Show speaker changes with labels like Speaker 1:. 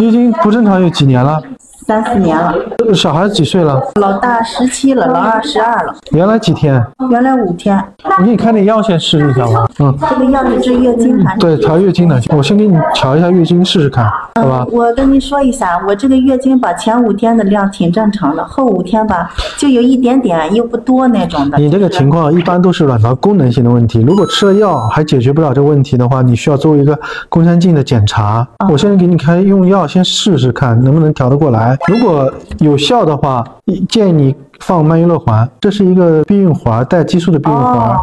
Speaker 1: 你已经不正常有几年了？
Speaker 2: 三四年了，
Speaker 1: 小孩几岁了？
Speaker 2: 老大十七了，老二十二了，
Speaker 1: 原来几天？
Speaker 2: 原来五天。
Speaker 1: 我给你看点药先试一下吧。嗯，
Speaker 2: 这个药是治月经反正
Speaker 1: 对，调月经的，我先给你调一下月经试试看，好吧？
Speaker 2: 我跟您说一下，我这个月经吧，前五天的量挺正常的，后五天吧就有一点点，又不多那种的。
Speaker 1: 你这个情况一般都是卵巢功能性的问题，如果吃了药还解决不了这个问题的话，你需要做一个宫腔镜的检查。我现在给你开用药，先试试看能不能调得过来。如果有效的话，建议你放曼月乐环，这是一个避孕环，带激素的避孕环。
Speaker 2: 哦，